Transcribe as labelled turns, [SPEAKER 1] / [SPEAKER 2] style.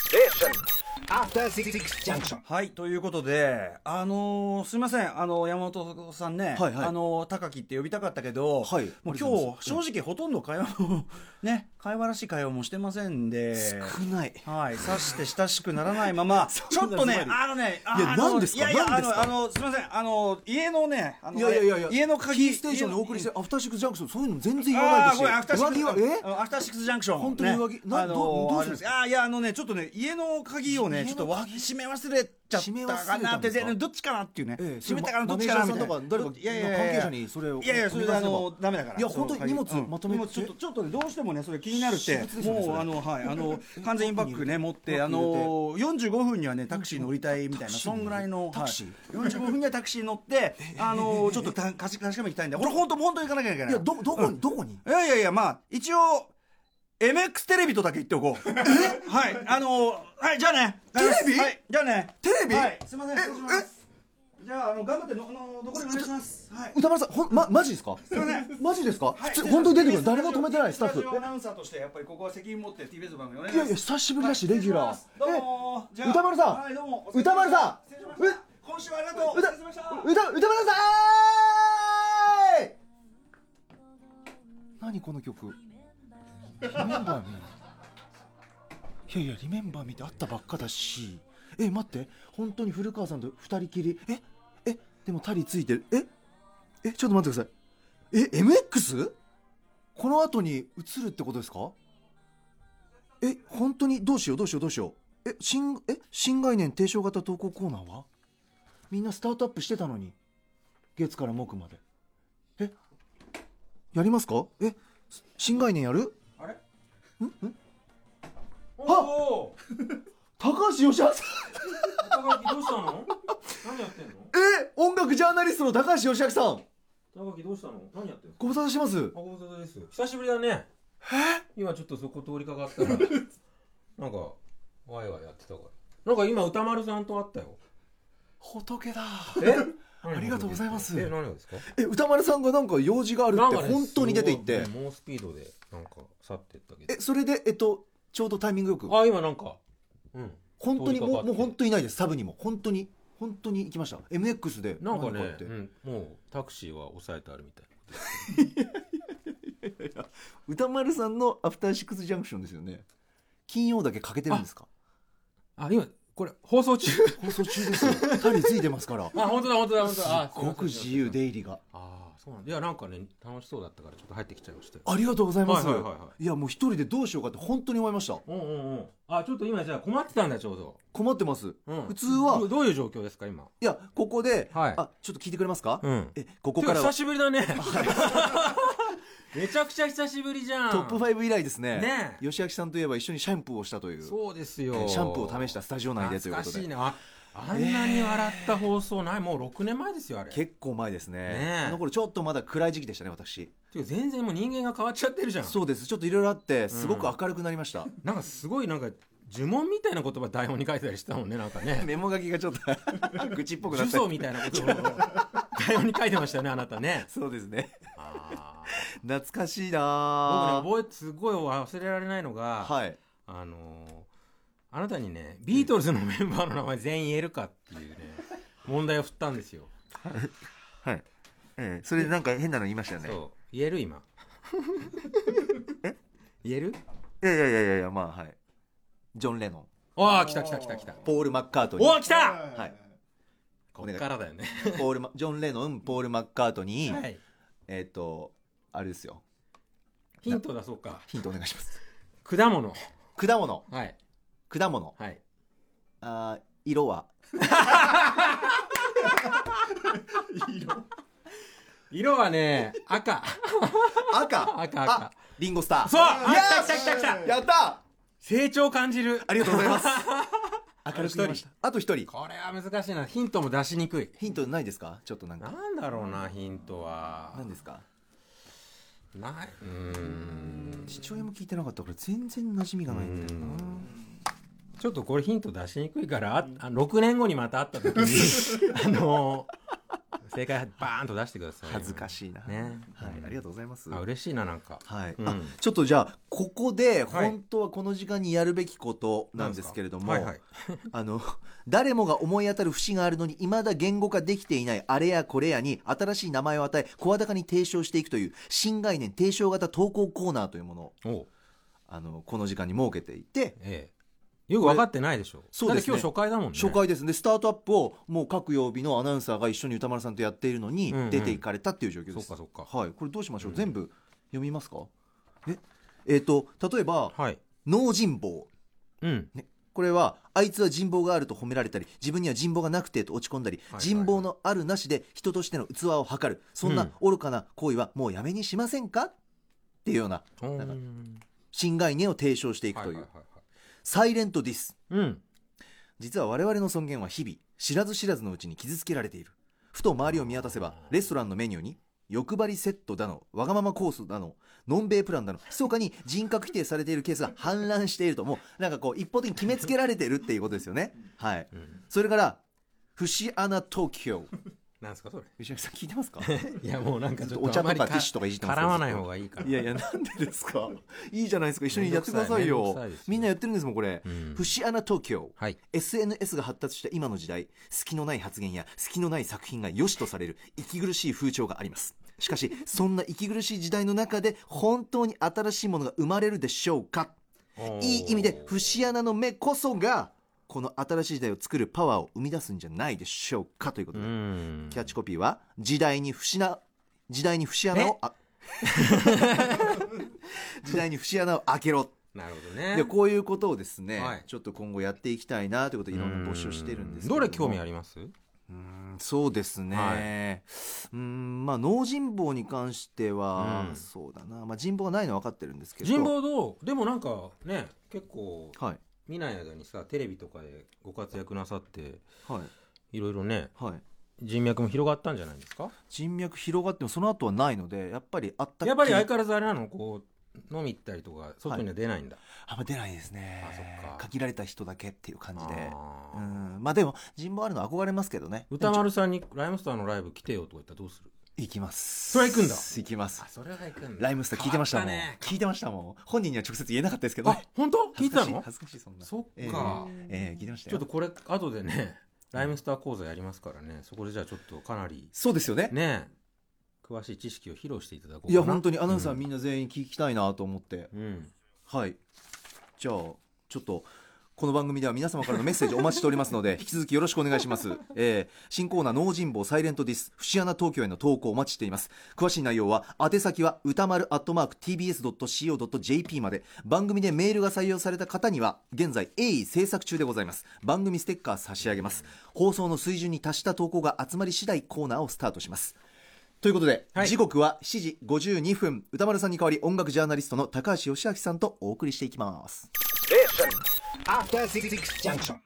[SPEAKER 1] Station.
[SPEAKER 2] After Six Junction.
[SPEAKER 3] はい、ということで、あのーすみません、あの山本さんね、
[SPEAKER 4] はいはい
[SPEAKER 3] あのー高木って呼びたかったけど、
[SPEAKER 4] はいあり
[SPEAKER 3] もう
[SPEAKER 4] がとうござい
[SPEAKER 3] 今日、正直ほとんど会話も、 ね、会話らしい会話もしてませんで、
[SPEAKER 4] 少ない。
[SPEAKER 3] はい、さして親しくならないまま、
[SPEAKER 4] そ
[SPEAKER 3] ちょっ
[SPEAKER 4] んな
[SPEAKER 3] とね
[SPEAKER 4] つ、まり
[SPEAKER 3] あのね、あ
[SPEAKER 4] いや
[SPEAKER 3] あの
[SPEAKER 4] 何ですか
[SPEAKER 3] いやいや、
[SPEAKER 4] 何
[SPEAKER 3] あ
[SPEAKER 4] です
[SPEAKER 3] の、
[SPEAKER 4] か
[SPEAKER 3] あの、すみません、あの、家のね、あの
[SPEAKER 4] いやいやいやいや
[SPEAKER 3] 家の
[SPEAKER 4] キ
[SPEAKER 3] 鍵、
[SPEAKER 4] ーステーションでお送りして
[SPEAKER 3] 家、
[SPEAKER 4] アフターシックスジャンクション、そういうの全然言わな
[SPEAKER 3] あ
[SPEAKER 4] い
[SPEAKER 3] ーごめんアフター
[SPEAKER 4] ですし。
[SPEAKER 3] シ
[SPEAKER 4] 上着
[SPEAKER 3] ックス
[SPEAKER 4] は、え
[SPEAKER 3] あのアフターシックスジャンクション。
[SPEAKER 4] 本当に上着
[SPEAKER 3] ね
[SPEAKER 4] な
[SPEAKER 3] あの
[SPEAKER 4] どどうするんですか
[SPEAKER 3] あーいや、あのね、ちょっとね、家の鍵をね、ちょっとわ閉め忘れちゃったかなって、
[SPEAKER 4] 閉め忘れたんですか
[SPEAKER 3] でどっちかなっていうね、
[SPEAKER 4] ええ
[SPEAKER 3] 閉めたかな、どっちかなみたいな。
[SPEAKER 4] マネージャーさんとか誰か
[SPEAKER 3] いやいやいや
[SPEAKER 4] 関係者にそれを
[SPEAKER 3] いやいや、それ
[SPEAKER 4] お願
[SPEAKER 3] あ
[SPEAKER 4] いすれば
[SPEAKER 3] の、ダメだから。
[SPEAKER 4] いや本当に
[SPEAKER 3] そう
[SPEAKER 4] 荷物
[SPEAKER 3] 鍵
[SPEAKER 4] まとめて
[SPEAKER 3] 荷物ちょっと、ちょっとね、どうしてもね、それ気になるって、
[SPEAKER 4] 私物ですよねそ
[SPEAKER 3] もう、
[SPEAKER 4] れ
[SPEAKER 3] あの、はい、あの、完全にバッグね、持って、あの、45分にはね、タクシー乗りたいみたい
[SPEAKER 4] タ
[SPEAKER 3] な、
[SPEAKER 4] クシー
[SPEAKER 3] そんぐらいの、
[SPEAKER 4] タクシー
[SPEAKER 3] はい、45分にはタクシー乗って、あの、ちょっとたかし確かめに行きたいんで、俺、本当、本当に行かなきゃいけない
[SPEAKER 4] いや、。ど、どこに、どこに
[SPEAKER 3] いやいやいや、まあ、一応、MX テレビとだけ言っておこう。はい、あのはい、じゃあね。テ
[SPEAKER 4] レビ
[SPEAKER 3] はい、じゃあね。
[SPEAKER 4] テレビ
[SPEAKER 3] はい、すいません、失礼します。じゃあ、あの、頑張っての、あの、どこにお願いします。はい。
[SPEAKER 4] 歌丸さん、ほん、ま、マジですか
[SPEAKER 3] いません
[SPEAKER 4] マジですか
[SPEAKER 3] はい
[SPEAKER 4] 普通、本当に出てくる。誰も止めてない、スタッ
[SPEAKER 3] スタジオア
[SPEAKER 4] フ。
[SPEAKER 3] ナウンサーとして、やっぱりここは責任持って TBS の番組お願
[SPEAKER 4] い
[SPEAKER 3] いしま
[SPEAKER 4] や
[SPEAKER 3] す。
[SPEAKER 4] いや、久しぶりだし、レギュラー。
[SPEAKER 3] どうもじゃあ
[SPEAKER 4] 歌丸さん
[SPEAKER 3] はい、どうも。
[SPEAKER 4] 歌丸さん
[SPEAKER 3] 失礼しました今週はありがとう。
[SPEAKER 4] うた、
[SPEAKER 3] 失礼しました
[SPEAKER 4] うた、歌丸さーい何この曲リメンバーミーいやいや、リメンバーミーってあったばっかだし。え、待って、本当に古川さんと二人きり。え、え、でもタリついてる。え、え、ちょっと待ってください。え、MX? この後に移るってことですかえ、本当にどうしようどうしようどうしよう。え、新、え、新概念提唱型投稿コーナーはみんなスタートアップしてたのに。月から木まで。えやりますかえす新概念やる
[SPEAKER 3] あれ
[SPEAKER 5] おお
[SPEAKER 4] 高橋よしあさん
[SPEAKER 5] 高木どうしたの何やってんの
[SPEAKER 4] え音楽ジャーナリストの高橋よしあさん
[SPEAKER 5] 高木どうしたの何やってんの
[SPEAKER 4] ご無沙汰してます
[SPEAKER 5] あご無沙汰です久しぶりだね今ちょっとそこ通りかか ったらなんかワイワイやってたからなんか今歌丸さんと会ったよ
[SPEAKER 4] 仏だ
[SPEAKER 5] え
[SPEAKER 4] ありがとうございます
[SPEAKER 5] え何がですか
[SPEAKER 4] え歌丸さんがなんか用事があるっ
[SPEAKER 5] なん
[SPEAKER 4] て
[SPEAKER 5] かね
[SPEAKER 4] 本当に出ていって
[SPEAKER 5] すごい猛スピードでなんか去ってったけど
[SPEAKER 4] えそれでえっとちょうどタイミングよく
[SPEAKER 5] あ今なんかうん
[SPEAKER 4] 本当にも
[SPEAKER 5] 通りかかっ
[SPEAKER 4] う
[SPEAKER 5] て
[SPEAKER 4] もう本当にないですサブにも本当に本当に行きました MX で
[SPEAKER 5] なんか
[SPEAKER 4] 何あ
[SPEAKER 5] ね
[SPEAKER 4] って、
[SPEAKER 5] うんもうタクシーは抑えてあるみたい
[SPEAKER 4] 歌丸さんのアフターシックスジャンクションですよね金曜だけ欠けてるんですか
[SPEAKER 5] あ今これ放送中
[SPEAKER 4] 放送中ですよタリついてます から
[SPEAKER 5] あ本当だ本当だ本当だあ
[SPEAKER 4] ごく自由出入りが
[SPEAKER 5] ああそうなんだいやなんかね楽しそうだったからちょっと入ってきちゃいましたよ
[SPEAKER 4] ありがとうございます、
[SPEAKER 5] はいいはいはいはい
[SPEAKER 4] やもう一人でどうしようかって本当に思いました
[SPEAKER 5] うんうんうんあちょっと今じゃあ困ってたんだちょうど、
[SPEAKER 4] 困ってます、
[SPEAKER 5] うん
[SPEAKER 4] 普通は
[SPEAKER 5] どどういう状況ですか今
[SPEAKER 4] いやここで、
[SPEAKER 5] はい
[SPEAKER 4] あちょっと聞いてくれますか、
[SPEAKER 5] うん
[SPEAKER 4] えここから
[SPEAKER 5] て
[SPEAKER 4] は
[SPEAKER 5] 久しぶりだね めちゃくちゃ久しぶりじゃん
[SPEAKER 4] トップ5以来ですね
[SPEAKER 5] ねえ
[SPEAKER 4] 吉明さんといえば一緒にシャンプーをしたという
[SPEAKER 5] そうです
[SPEAKER 4] え
[SPEAKER 5] よ
[SPEAKER 4] ーシャンプーを試したスタジオ内でということ
[SPEAKER 5] 懐かしい
[SPEAKER 4] で
[SPEAKER 5] なああんなに笑った放送ない、もう6年前ですよあれ
[SPEAKER 4] 結構前ですね
[SPEAKER 5] ねえ
[SPEAKER 4] あの頃ちょっとまだ暗い時期でしたね私
[SPEAKER 5] てか全然もう人間が変わっちゃってるじゃん
[SPEAKER 4] そうですちょっといろいろあってすごく明るくなりました、
[SPEAKER 5] なんかすごいなんか呪文みたいな言葉台本に書いてたりしたもんねなんかね
[SPEAKER 4] メモ書きがちょっと 愚痴っぽくな
[SPEAKER 5] 呪
[SPEAKER 4] って
[SPEAKER 5] 詛みたいなことを台本に書いてましたよねあなたね
[SPEAKER 4] そうですね
[SPEAKER 5] あ
[SPEAKER 4] 懐かしい
[SPEAKER 5] あ
[SPEAKER 4] な
[SPEAKER 5] 僕ね覚えすごい忘れられないの
[SPEAKER 4] あ
[SPEAKER 5] が、
[SPEAKER 4] はい
[SPEAKER 5] あのーあなたにねビートルズのメンバーの名前全員言えるかっていうね 問題を振ったんですよ、
[SPEAKER 4] はい、ええそれでなんか変なの言いましたよ
[SPEAKER 5] そう言える 今言える
[SPEAKER 4] いやいやいやいやいやまあはいジョン・レノン
[SPEAKER 5] ああ来た来た来た来た
[SPEAKER 4] ポール・マッカートニ
[SPEAKER 5] お
[SPEAKER 4] ー
[SPEAKER 5] お来た
[SPEAKER 4] はいお
[SPEAKER 5] こ
[SPEAKER 4] 願
[SPEAKER 5] っ
[SPEAKER 4] い
[SPEAKER 5] からだよね
[SPEAKER 4] ポールマジョン・レノンポール・マッカートニー、
[SPEAKER 5] はい
[SPEAKER 4] えっ、とあれですよ
[SPEAKER 5] ヒントだそうか
[SPEAKER 4] ヒントお願いします
[SPEAKER 5] 果物
[SPEAKER 4] 果物
[SPEAKER 5] はい
[SPEAKER 4] 果物
[SPEAKER 5] はい
[SPEAKER 4] あー色は
[SPEAKER 5] 色はね赤
[SPEAKER 4] 赤
[SPEAKER 5] 赤赤
[SPEAKER 4] リンゴスター
[SPEAKER 5] そう あ
[SPEAKER 4] いや
[SPEAKER 5] 来た来た来た来た
[SPEAKER 4] やった
[SPEAKER 5] 成長感じる
[SPEAKER 4] ありがとうございます明るくなりましたあと一人
[SPEAKER 5] これは難しいなヒントも出しにくい
[SPEAKER 4] ヒントないですかちょっとなんか
[SPEAKER 5] なんだろうなヒントは
[SPEAKER 4] 何ですか
[SPEAKER 5] ない。うーん。
[SPEAKER 4] 父親も聞いてなかったから全然馴染みがないんだよな
[SPEAKER 5] ちょっとこれヒント出しにくいから、あ、あ6年後にまた会った時に、あの正解バーンと出してくださいよ
[SPEAKER 4] 恥ずかしいな、
[SPEAKER 5] ね
[SPEAKER 4] はい、ありがとうございます
[SPEAKER 5] あ嬉しいななんか
[SPEAKER 4] はい、
[SPEAKER 5] うん
[SPEAKER 4] あちょっとじゃあここで
[SPEAKER 5] はい
[SPEAKER 4] 本当はこの時間にやるべきことなんですけれども、
[SPEAKER 5] はいはい
[SPEAKER 4] あの誰もが思い当たる節があるのにいまだ言語化できていないあれやこれやに新しい名前を与え声高に提唱していくという新概念提唱型投稿コーナーというものを
[SPEAKER 5] おう
[SPEAKER 4] あのこの時間に設けていて
[SPEAKER 5] ええよく分かってないでしょ
[SPEAKER 4] そうですね
[SPEAKER 5] だって今日初回だもんね
[SPEAKER 4] 初回ですねスタートアップをもう各曜日のアナウンサーが一緒に歌丸さんとやっているのに
[SPEAKER 5] うんうん
[SPEAKER 4] 出ていかれたっていう状況です、
[SPEAKER 5] そっかそっか
[SPEAKER 4] はいこれどうしましょう、
[SPEAKER 5] うん
[SPEAKER 4] 全部読みますかええーと例えば
[SPEAKER 5] はい
[SPEAKER 4] 「脳人坊」
[SPEAKER 5] うん
[SPEAKER 4] これはあいつは人望があると褒められたり自分には人望がなくてと落ち込んだり、
[SPEAKER 5] はいはい
[SPEAKER 4] 人望のあるなしで人としての器を測るそん
[SPEAKER 5] う
[SPEAKER 4] なん愚かな行為はもうやめにしませんかっていうような
[SPEAKER 5] うー
[SPEAKER 4] なんか
[SPEAKER 5] ん
[SPEAKER 4] 新概念を提唱していくという、
[SPEAKER 5] はいはいはいはい
[SPEAKER 4] サイレントディス
[SPEAKER 5] うん
[SPEAKER 4] 実は我々の尊厳は日々知らず知らずのうちに傷つけられているふと周りを見渡せばレストランのメニューに欲張りセットだのわがままコースだののんべいプランだの密かに人格否定されているケースが氾濫しているともうなんかこう一方的に決めつけられているっていうことですよねはい
[SPEAKER 5] うん
[SPEAKER 4] それから節穴東京
[SPEAKER 5] なんですかそれ
[SPEAKER 4] 吉崎さん聞いてます か
[SPEAKER 5] いやもうなんかちょっと
[SPEAKER 4] お茶と
[SPEAKER 5] あんま
[SPEAKER 4] か
[SPEAKER 5] り
[SPEAKER 4] ティッシュとかいじってます
[SPEAKER 5] 絡まない方がいいから
[SPEAKER 4] いやいやなんでですかいいじゃないですか一緒にやってください
[SPEAKER 5] めんど
[SPEAKER 4] よ
[SPEAKER 5] くさいめんどくさいですよ
[SPEAKER 4] みんなやってるんですもんこれ、
[SPEAKER 5] うん
[SPEAKER 4] 節穴東京
[SPEAKER 5] はい
[SPEAKER 4] SNS が発達した今の時代隙のない発言や隙のない作品が良しとされる息苦しい風潮がありますしかしそんな息苦しい時代の中で本当に新しいものが生まれるでしょうかいい意味で節穴の目こそがこの新しい時代を作るパワーを生み出すんじゃないでしょうかということ
[SPEAKER 5] う
[SPEAKER 4] で、
[SPEAKER 5] ん
[SPEAKER 4] キャッチコピーは時代に節な時代に節穴をあ 時代に節穴を開けろ
[SPEAKER 5] なるほどね
[SPEAKER 4] でこういうことをですね、
[SPEAKER 5] はい
[SPEAKER 4] ちょっと今後やっていきたいなということでいろんな募集してるんですけ
[SPEAKER 5] どれ興味あ
[SPEAKER 4] る
[SPEAKER 5] ります
[SPEAKER 4] そうですね、
[SPEAKER 5] は
[SPEAKER 4] うーんまあ脳人望に関しては、
[SPEAKER 5] うん
[SPEAKER 4] そうだな、まあ、人望がないのは分かってるんですけど
[SPEAKER 5] 人望どうでもなんかね結構
[SPEAKER 4] はい
[SPEAKER 5] 見ない間にさテレビとかでご活躍なさって
[SPEAKER 4] はい
[SPEAKER 5] いろいろね
[SPEAKER 4] はい
[SPEAKER 5] 人脈も広がったんじゃないですか
[SPEAKER 4] 人脈広がってもその後はないのでやっぱりあったき
[SPEAKER 5] やっぱり相変わらずあれなのこう飲み行ったりとか外には出ないんだ、
[SPEAKER 4] あんま出ないですね
[SPEAKER 5] あそっか
[SPEAKER 4] 限られた人だけっていう感じで
[SPEAKER 5] あ
[SPEAKER 4] う
[SPEAKER 5] ー
[SPEAKER 4] んまあでも人望あるの憧れますけどね
[SPEAKER 5] 歌丸さんに「ライムスターのライブ来てよ」とか言ったらどうする
[SPEAKER 4] 行きます
[SPEAKER 5] それは行くんだ
[SPEAKER 4] 行きます
[SPEAKER 5] それは行くん
[SPEAKER 4] ライムスター聞いてましたもん
[SPEAKER 5] 変わっ
[SPEAKER 4] 聞いてましたもん本人には直接言えなかったですけど
[SPEAKER 5] たね
[SPEAKER 4] ね
[SPEAKER 5] あ本当聞いてたの
[SPEAKER 4] 恥ずかしい恥ずかしいそんな
[SPEAKER 5] そっか、
[SPEAKER 4] ええええ聞いてました
[SPEAKER 5] ちょ
[SPEAKER 4] よ
[SPEAKER 5] っとこれ後でねライムスター講座やりますからねそこでじゃあちょっとかなり
[SPEAKER 4] そうですよね
[SPEAKER 5] ね詳しい知識を披露していただこうかない
[SPEAKER 4] や本当にアナウンサー
[SPEAKER 5] うん
[SPEAKER 4] みんな全員聞きたいなと思って、
[SPEAKER 5] うん
[SPEAKER 4] はいじゃあちょっとこの番組では皆様からのメッセージお待ちしておりますので引き続きよろしくお願いします、えー新コーナー「脳人坊サイレントディス節穴東京」への投稿お待ちしています詳しい内容は宛先は歌丸 @tbs.co.jp まで番組でメールが採用された方には現在鋭意制作中でございます番組ステッカー差し上げます放送の水準に達した投稿が集まり次第コーナーをスタートしますということで、
[SPEAKER 5] はい
[SPEAKER 4] 時刻は7時52分歌丸さんに代わり音楽ジャーナリストの高橋義明さんとお送りしていきます
[SPEAKER 2] After Six Junction.